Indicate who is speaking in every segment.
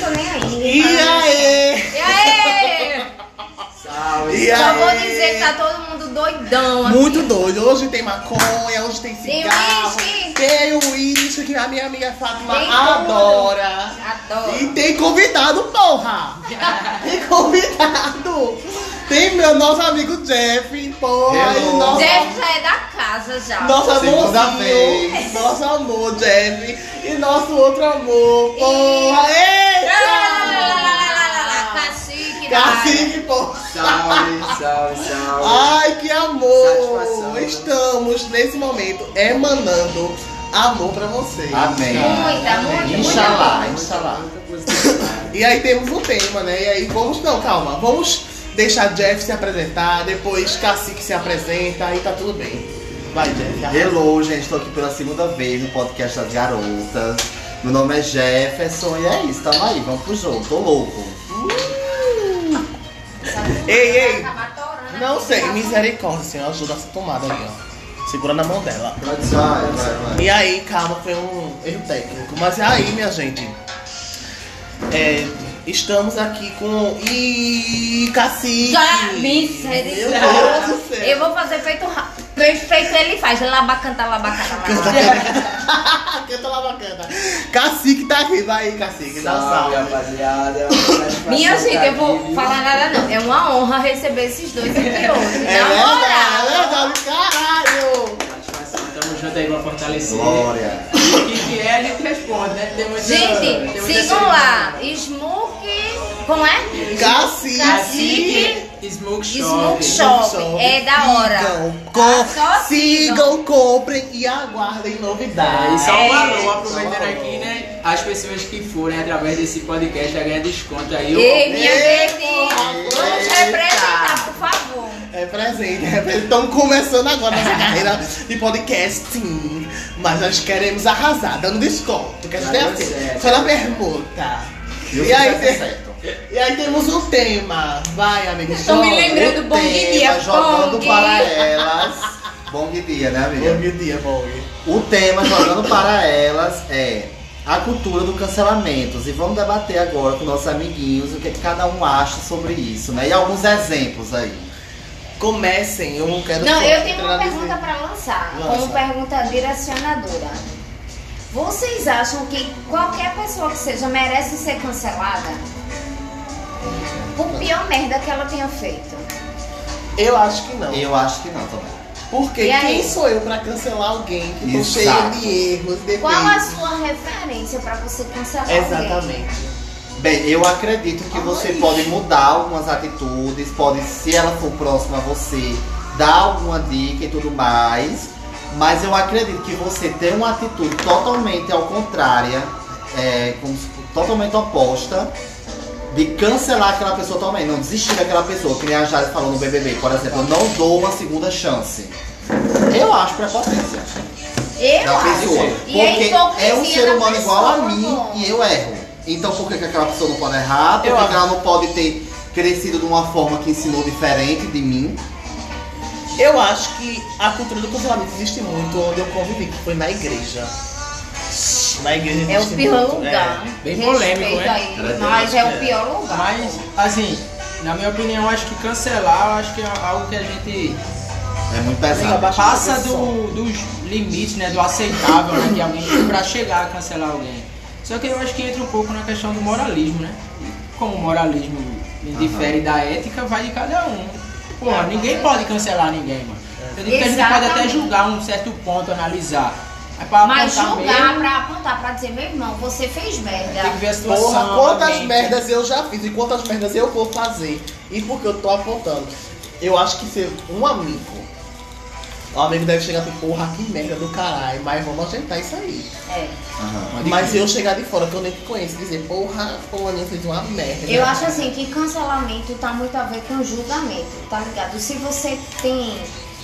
Speaker 1: E aí?
Speaker 2: E aí?
Speaker 1: E
Speaker 2: Só vou
Speaker 1: aí?
Speaker 2: dizer que tá todo mundo doidão aqui.
Speaker 1: Muito doido. Hoje tem maconha, hoje tem
Speaker 2: Tem
Speaker 1: cigarro.
Speaker 2: uísque.
Speaker 1: Tem uísque que a minha amiga Fátima
Speaker 2: Tem tudo.
Speaker 1: adora.
Speaker 2: Adoro.
Speaker 1: E tem convidado, porra! tem convidado! Tem meu nosso amigo Jeff, porra!
Speaker 3: Hello.
Speaker 1: E nosso,
Speaker 2: Jeff já é da casa já.
Speaker 1: nosso
Speaker 3: Segunda
Speaker 1: amorzinho!
Speaker 3: vez.
Speaker 1: Nosso amor, Jeff! E nosso outro amor, porra!
Speaker 2: Lalalala,
Speaker 1: Eita!
Speaker 2: Cacique da área.
Speaker 1: Cacique, porra!
Speaker 3: Salve, salve, salve.
Speaker 1: Ai, que amor!
Speaker 3: Satisfação. né?
Speaker 1: Estamos nesse momento emanando amor pra vocês.
Speaker 3: Amém.
Speaker 2: Muita, muita,
Speaker 1: Inxalá,
Speaker 3: muita,
Speaker 1: inxalá.
Speaker 3: muita coisa que-
Speaker 1: E aí temos um tema, né? E aí vamos. Não, calma. Vamos deixar Jeff se apresentar, depois Cacique se apresenta e tá tudo bem. Vai, Jeff. arrasa.
Speaker 3: Hello, gente. Tô aqui pela segunda vez no podcast das garotas. Meu nome é Jefferson e é isso. Tamo aí, vamos pro jogo. Tô louco.
Speaker 1: Ei, ei.
Speaker 2: Acabar torando Tá
Speaker 1: Não
Speaker 2: aqui,
Speaker 1: sei,
Speaker 2: tá?
Speaker 1: misericórdia, Senhor, ajuda essa tomada aí, ó. Segura na mão dela.
Speaker 3: Vai, vai, vai.
Speaker 1: E aí, calma, foi um erro técnico. Mas é aí, minha gente. É, estamos aqui com. Ih, Cacique!
Speaker 2: Já-
Speaker 1: Meu
Speaker 2: Misericórdia.
Speaker 1: Deus do céu.
Speaker 2: Eu vou fazer feito ra- Feito ele faz, labacanta, labacanta, labacanta.
Speaker 1: Canta lá bacana. Cacique tá aqui, vai aí, Cacique. Dá um
Speaker 3: Salve,
Speaker 1: salve.
Speaker 3: rapaziada. Uma satisfação
Speaker 2: Minha
Speaker 3: tá
Speaker 2: gente, eu vou
Speaker 3: aqui.
Speaker 2: falar nada não. É uma honra receber esses dois aqui hoje.
Speaker 1: É
Speaker 2: Na
Speaker 1: verdade, é
Speaker 2: moral.
Speaker 1: verdade, caralho!
Speaker 4: Satisfação, Tamo junto aí pra fortalecer.
Speaker 3: Glória.
Speaker 4: O que vier, a gente responde, né? Tem muita-
Speaker 3: um
Speaker 2: Gente,
Speaker 4: tem muita
Speaker 2: sigam
Speaker 3: assim.
Speaker 4: coisa.
Speaker 2: lá. Smoke. Como é?
Speaker 1: Cacique!
Speaker 2: Cacique.
Speaker 4: Smoke Shop.
Speaker 2: Smoke Shopping. É da hora.
Speaker 1: Sigam, com-
Speaker 2: Só sigam.
Speaker 1: sigam, comprem e aguardem
Speaker 4: É,
Speaker 1: novidades.
Speaker 4: e só
Speaker 2: É.
Speaker 4: um alô, aproveitando
Speaker 1: Só um alô.
Speaker 4: aqui, né? As pessoas que forem através desse podcast já ganham desconto aí.
Speaker 2: Ei, minha
Speaker 1: Ei,
Speaker 2: gente.
Speaker 1: porra,
Speaker 2: Vamos
Speaker 1: eita.
Speaker 2: representar, por favor.
Speaker 1: É presente, é presente. Estamos começando agora nossa carreira de podcasting. Mas nós queremos arrasar, dando desconto. Que a gente
Speaker 3: Já
Speaker 1: é
Speaker 3: deu
Speaker 1: assim,
Speaker 3: certo.
Speaker 1: só na permuta.
Speaker 3: Eu
Speaker 1: E aí,
Speaker 3: fiz
Speaker 1: tem-
Speaker 3: certo.
Speaker 1: E aí temos um tema. Vai, amigo.
Speaker 2: Eu tô me
Speaker 1: joga.
Speaker 2: lembrando do Bom
Speaker 3: Tema
Speaker 2: Dia,
Speaker 3: jogando
Speaker 2: Bong.
Speaker 3: para elas. Bom dia, né, amiga?
Speaker 1: Bom dia, Vogue.
Speaker 3: O tema jogando para elas é a cultura do cancelamento. E vamos debater agora com nossos amiguinhos o que, que cada um acha sobre isso, né? E alguns exemplos aí.
Speaker 1: Comecem, eu não quero.
Speaker 2: Não,
Speaker 1: só
Speaker 2: eu tenho uma
Speaker 1: entrar nesse-
Speaker 2: pergunta pra lançar,
Speaker 1: Lança.
Speaker 2: como pergunta direcionadora. Vocês acham que qualquer pessoa que seja merece ser cancelada? Por pior merda que ela tenha feito.
Speaker 1: Eu acho que não.
Speaker 3: Eu acho que não tá também.
Speaker 1: Porque
Speaker 2: E
Speaker 1: quem
Speaker 2: aí?
Speaker 1: sou eu pra cancelar alguém que tô cheio
Speaker 3: Exato.
Speaker 1: de erros, defeitos?
Speaker 2: Qual a sua referência pra você cancelar alguém?
Speaker 1: Exatamente.
Speaker 3: Bem, eu acredito que você
Speaker 2: Ai.
Speaker 3: pode mudar algumas atitudes, pode, se ela for próxima a você, dar alguma dica e tudo mais. Mas eu acredito que você ter uma atitude totalmente ao contrária, é, como se- totalmente oposta, de cancelar aquela pessoa também, não desistir daquela pessoa, que nem a Jade falou no BBB, por exemplo, eu não dou uma segunda chance. Eu acho prepotência
Speaker 2: Eu
Speaker 3: da pessoa.
Speaker 2: acho.
Speaker 3: É Porque
Speaker 2: E a hipocrisia
Speaker 3: é um ser
Speaker 2: da
Speaker 3: humano igual a
Speaker 2: pessoa,
Speaker 3: mim
Speaker 2: pô.
Speaker 3: e eu erro. Então por que, que aquela pessoa não pode errar? Por
Speaker 1: Eu
Speaker 3: que,
Speaker 1: acho.
Speaker 3: que ela não pode ter crescido de uma forma que ensinou diferente de mim?
Speaker 1: Eu acho que a cultura do cancelamento existe muito onde eu convivi, que foi na igreja. Na igreja
Speaker 2: É
Speaker 1: existe
Speaker 2: o pior
Speaker 1: muito,
Speaker 2: lugar.
Speaker 1: é.
Speaker 4: Bem polêmico,
Speaker 2: Respeito
Speaker 4: né?
Speaker 2: aí,
Speaker 3: Era
Speaker 2: Mas é
Speaker 1: Deus,
Speaker 2: o
Speaker 1: é.
Speaker 2: pior lugar.
Speaker 4: Mas,
Speaker 2: pô.
Speaker 4: assim, na minha opinião, acho que cancelar eu acho que é algo que a gente
Speaker 3: É muito pesado.
Speaker 1: abaixo.
Speaker 4: passa
Speaker 1: Acho que é
Speaker 4: do, dos limites, né? Do aceitável, né? De alguém pra chegar a cancelar alguém. Só que eu acho que entra um pouco na questão do moralismo, né? E Como o moralismo difere da ética, vai de cada um. Porra, ninguém pode cancelar ninguém, mano. Eu digo que a gente pode
Speaker 2: É,
Speaker 4: até
Speaker 2: Exatamente.
Speaker 4: julgar um certo ponto, analisar. Mas pra
Speaker 2: Mas
Speaker 4: apontar
Speaker 2: julgar
Speaker 4: mesmo,
Speaker 2: pra apontar, pra dizer, meu irmão, você fez merda.
Speaker 4: tem que ver a situação.
Speaker 1: Porra, quantas
Speaker 4: ambiente.
Speaker 1: merdas eu já fiz e quantas merdas eu vou fazer. E por que eu tô apontando? Eu acho que ser um amigo. Um amigo deve chegar assim, porra, que merda do caralho, mas vamos ajeitar isso aí.
Speaker 2: É.
Speaker 3: Aham.
Speaker 1: Mas eu chegar de fora, que eu nem te conheço, dizer, porra, fulaninho fez uma merda.
Speaker 2: Eu acho assim que cancelamento tá muito a ver com julgamento, tá ligado? Se você tem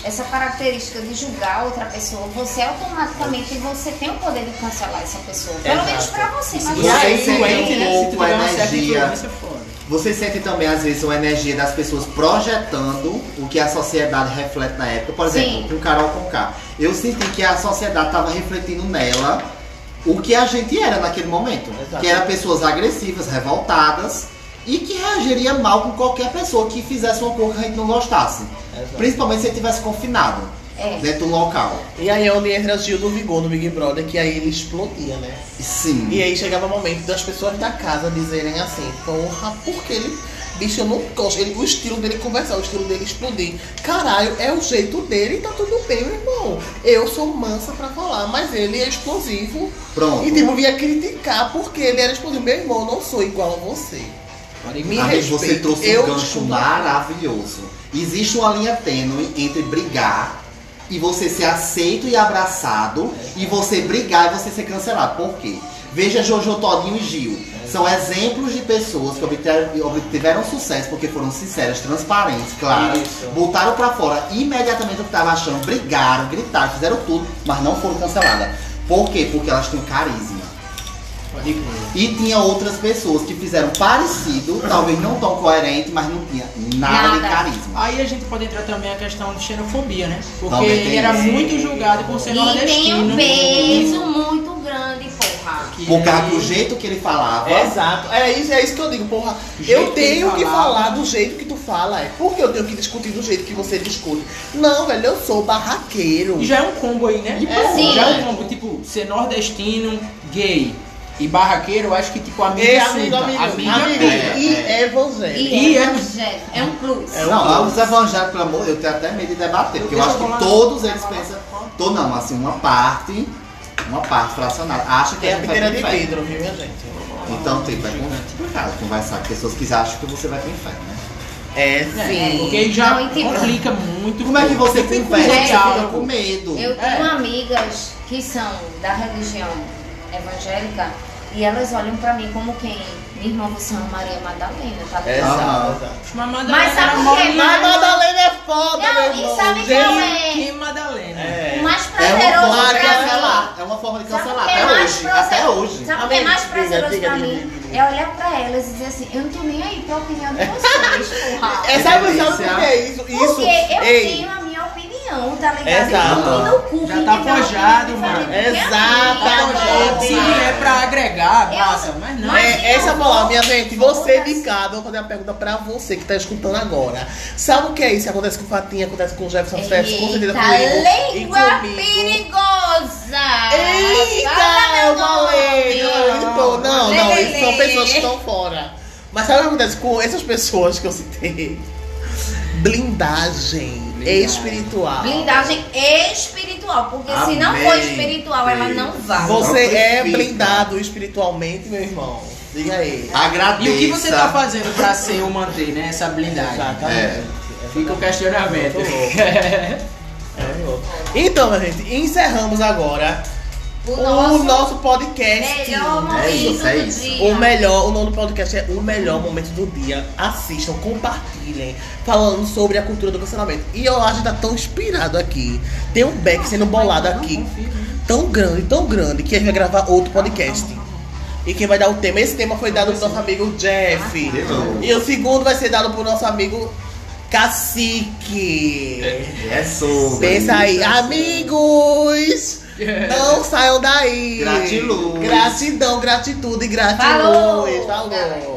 Speaker 2: essa característica de julgar outra pessoa, você automaticamente você tem o poder de cancelar essa pessoa. Pelo
Speaker 1: Exato.
Speaker 2: menos pra você, mas
Speaker 4: Se
Speaker 3: E
Speaker 4: você é
Speaker 3: aí,
Speaker 2: pra
Speaker 3: sente
Speaker 4: influente,
Speaker 2: ninguém,
Speaker 4: né?
Speaker 3: um
Speaker 4: Se tu
Speaker 3: pouco a
Speaker 4: tiver uma certa
Speaker 3: energia.
Speaker 4: influência, foda.
Speaker 3: Você sente também, às vezes, uma energia das pessoas projetando o que a sociedade reflete na época. Por exemplo,
Speaker 2: Sim.
Speaker 3: com Carol Conká. Eu senti que a sociedade estava refletindo nela o que a gente era naquele momento.
Speaker 1: Exato.
Speaker 3: Que eram pessoas agressivas, revoltadas e que reagiria mal com qualquer pessoa que fizesse uma coisa que a gente não gostasse.
Speaker 1: Exato.
Speaker 3: Principalmente se ele estivesse confinado
Speaker 2: É.
Speaker 3: dentro do local.
Speaker 1: E aí é onde entra Gil do Vigor no Big Brother, que aí ele explodia, né?
Speaker 3: Sim.
Speaker 1: E aí chegava o momento das pessoas da casa dizerem assim, porra, porque ele. Bicho, eu não gosto. Ele, o estilo dele conversar, o estilo dele explodir. Caralho, é o jeito dele e tá tudo bem, meu irmão. Eu sou mansa pra falar, mas ele é explosivo.
Speaker 3: Pronto.
Speaker 1: E tipo, vinha criticar porque ele era explosivo. Meu irmão, eu não sou igual a você.
Speaker 4: Pode
Speaker 1: Me
Speaker 3: Amigo, você
Speaker 1: respeite,
Speaker 3: trouxe
Speaker 1: eu
Speaker 3: um gancho
Speaker 1: discuto.
Speaker 3: maravilhoso. Existe uma linha tênue entre brigar e você ser aceito e abraçado, e você brigar e você ser cancelado. Por quê? Veja Jojo Todinho e Gil. São exemplos de pessoas que obter- obtiveram sucesso porque foram sinceras, transparentes, claras,
Speaker 1: Isso.
Speaker 3: botaram pra fora imediatamente o que estavam achando, brigaram, gritaram, fizeram tudo, mas não foram canceladas. Por quê? Porque elas tinham carisma.
Speaker 1: Pode crer.
Speaker 3: E tinha outras pessoas que fizeram parecido, talvez não tão coerente, mas não tinha nada, de
Speaker 2: Nada.
Speaker 3: carisma.
Speaker 4: Aí a gente pode entrar também a questão de xenofobia, né? Porque
Speaker 3: Também tem
Speaker 4: ele era
Speaker 3: isso.
Speaker 4: muito julgado por ser
Speaker 2: E tem
Speaker 4: é nordestino. né?
Speaker 2: um peso muito grande, porra.
Speaker 4: Que
Speaker 3: Por causa do
Speaker 4: aí-
Speaker 3: jeito que ele falava.
Speaker 1: Exato. É isso, é isso que eu digo, porra.
Speaker 4: jeito
Speaker 1: Eu tenho
Speaker 4: que
Speaker 1: que
Speaker 4: falava.
Speaker 1: falar do jeito que tu fala. É porque eu tenho que discutir do jeito que você discute. Não, velho, eu sou barraqueiro.
Speaker 4: E já é um combo aí, né?
Speaker 1: E pronto.
Speaker 2: Sim.
Speaker 4: Já é um combo, tipo, ser nordestino, gay e barraqueiro, eu acho que tipo a mídia
Speaker 1: Ei, amigo,
Speaker 4: surta,
Speaker 1: amigo,
Speaker 4: a mídia
Speaker 1: amigo,
Speaker 4: pega.
Speaker 1: e
Speaker 3: É.
Speaker 1: evangélico.
Speaker 2: E,
Speaker 4: E
Speaker 2: é,
Speaker 4: é-
Speaker 2: evangélico, é um plus.
Speaker 1: É um
Speaker 3: não,
Speaker 1: pouco.
Speaker 3: os evangélicos, pelo amor, eu tenho até medo de debater, porque eu
Speaker 4: Deixa
Speaker 3: acho
Speaker 4: eu
Speaker 3: que
Speaker 4: falar.
Speaker 3: todos eles pensam. Todo não, assim, uma parte, uma parte fracionada. Acha que
Speaker 1: É a
Speaker 3: gente vai pro
Speaker 1: piteira de
Speaker 3: inferno.
Speaker 1: Pedro, viu, minha gente?
Speaker 3: Então tem vai complicado conversar com pessoas que acham que você vai pro inferno, né?
Speaker 1: É,
Speaker 4: É,
Speaker 1: sim.
Speaker 4: Porque aí já
Speaker 2: Não, entendi. É,
Speaker 4: complica muito. Tipo,
Speaker 3: Como é que você
Speaker 4: Tem que
Speaker 3: conversa? Você
Speaker 4: diálogo.
Speaker 3: fica com medo.
Speaker 2: Eu
Speaker 4: É.
Speaker 2: tenho amigas que são da religião evangélica e elas olham pra mim como quem? Minha irmã, você é uma Maria Madalena, tá ligado?
Speaker 1: Exato,
Speaker 3: Aham.
Speaker 1: exato.
Speaker 4: Mas Madalena
Speaker 2: Mas sabe
Speaker 4: era
Speaker 2: por quê?
Speaker 4: morena,
Speaker 1: Mas Madalena é foda,
Speaker 2: Não,
Speaker 1: meu
Speaker 2: e
Speaker 1: irmão.
Speaker 2: sabe
Speaker 1: Gente,
Speaker 2: qual
Speaker 4: Que
Speaker 2: é?
Speaker 4: Madalena.
Speaker 2: O
Speaker 1: É.
Speaker 2: mais
Speaker 3: É uma
Speaker 2: prazeroso
Speaker 3: forma de
Speaker 1: Maravilhoso
Speaker 2: pra mim.
Speaker 3: cancelar. É uma forma de
Speaker 2: Sabe o
Speaker 3: cancelar.
Speaker 2: que é
Speaker 3: Até
Speaker 2: mais
Speaker 3: hoje.
Speaker 2: prazeroso-
Speaker 3: Até hoje.
Speaker 2: Sabe o que é mais
Speaker 1: Diga,
Speaker 2: prazeroso
Speaker 1: diga,
Speaker 2: pra
Speaker 1: diga,
Speaker 2: mim?
Speaker 1: diga, diga.
Speaker 2: É olhar pra elas e dizer assim, eu não tô nem aí pra opinião de vocês, porra.
Speaker 1: É, sabe, sabe
Speaker 3: delícia.
Speaker 1: por que é isso? Isso.
Speaker 2: Porque eu
Speaker 1: ei, é,
Speaker 2: tenho a minha opinião, tá ligado?
Speaker 1: Exato.
Speaker 2: Eu não me dou cu,
Speaker 4: Já
Speaker 2: quem tiver
Speaker 4: tá
Speaker 2: uma opinião
Speaker 4: forjado,
Speaker 2: diferente
Speaker 4: mano.
Speaker 2: é minha,
Speaker 1: Exatamente.
Speaker 2: tá
Speaker 4: Se
Speaker 2: ligado?
Speaker 4: é pra agregar,
Speaker 2: Eu-
Speaker 4: massa, mas não.
Speaker 2: mas-
Speaker 1: É, essa é a palavra, minha gente.
Speaker 2: Vou
Speaker 1: Você
Speaker 2: conversar.
Speaker 1: de casa, eu vou fazer uma pergunta pra você que tá escutando agora. Sabe o que é isso? Acontece com o Fatinha, acontece com o Jefferson Fest, com certeza
Speaker 2: Eita,
Speaker 1: comigo.
Speaker 2: língua perigosa! Fala
Speaker 1: Eita,
Speaker 2: meu
Speaker 1: eu falei!
Speaker 2: nome.
Speaker 1: Não, não, não, isso são
Speaker 2: Lelê.
Speaker 1: pessoas que estão fora. Mas sabe o que acontece com essas pessoas que eu citei? Blindagem,
Speaker 4: Blindagem.
Speaker 1: espiritual.
Speaker 2: Blindagem espiritual, porque se não for
Speaker 3: Amém.
Speaker 2: espiritual, ela não vai.
Speaker 1: Você é
Speaker 3: Amplifica.
Speaker 1: blindado espiritualmente, meu irmão. Diga aí.
Speaker 3: Agradeça.
Speaker 4: E o que você tá fazendo pra ser ou manter, né? Essa blindagem.
Speaker 3: É.
Speaker 4: Fica o questionamento.
Speaker 1: Muito louco. Então, minha gente, encerramos agora
Speaker 2: O
Speaker 1: o
Speaker 2: nosso
Speaker 1: nosso, podcast.
Speaker 2: Melhor
Speaker 3: É
Speaker 2: momento
Speaker 3: isso, é
Speaker 2: do
Speaker 3: isso.
Speaker 2: dia.
Speaker 1: O melhor, o nome do podcast é O Melhor Momento do Dia. Assistam, compartilhem, falando sobre a cultura do cancelamento. E eu acho que tá tão inspirado aqui. Tem um back sendo bolado aqui. Tão grande, tão grande, que a gente vai gravar outro podcast. E quem vai dar o tema? Esse tema foi dado pro nosso amigo Jeff. E o segundo vai ser dado pro nosso amigo Cacique.
Speaker 3: É sobre.
Speaker 1: Pensa aí, amigos! Não saiam daí!
Speaker 3: Gratiluz.
Speaker 1: Gratidão, gratitude e gratiluz!
Speaker 2: Falou,
Speaker 1: Falou!
Speaker 2: galera.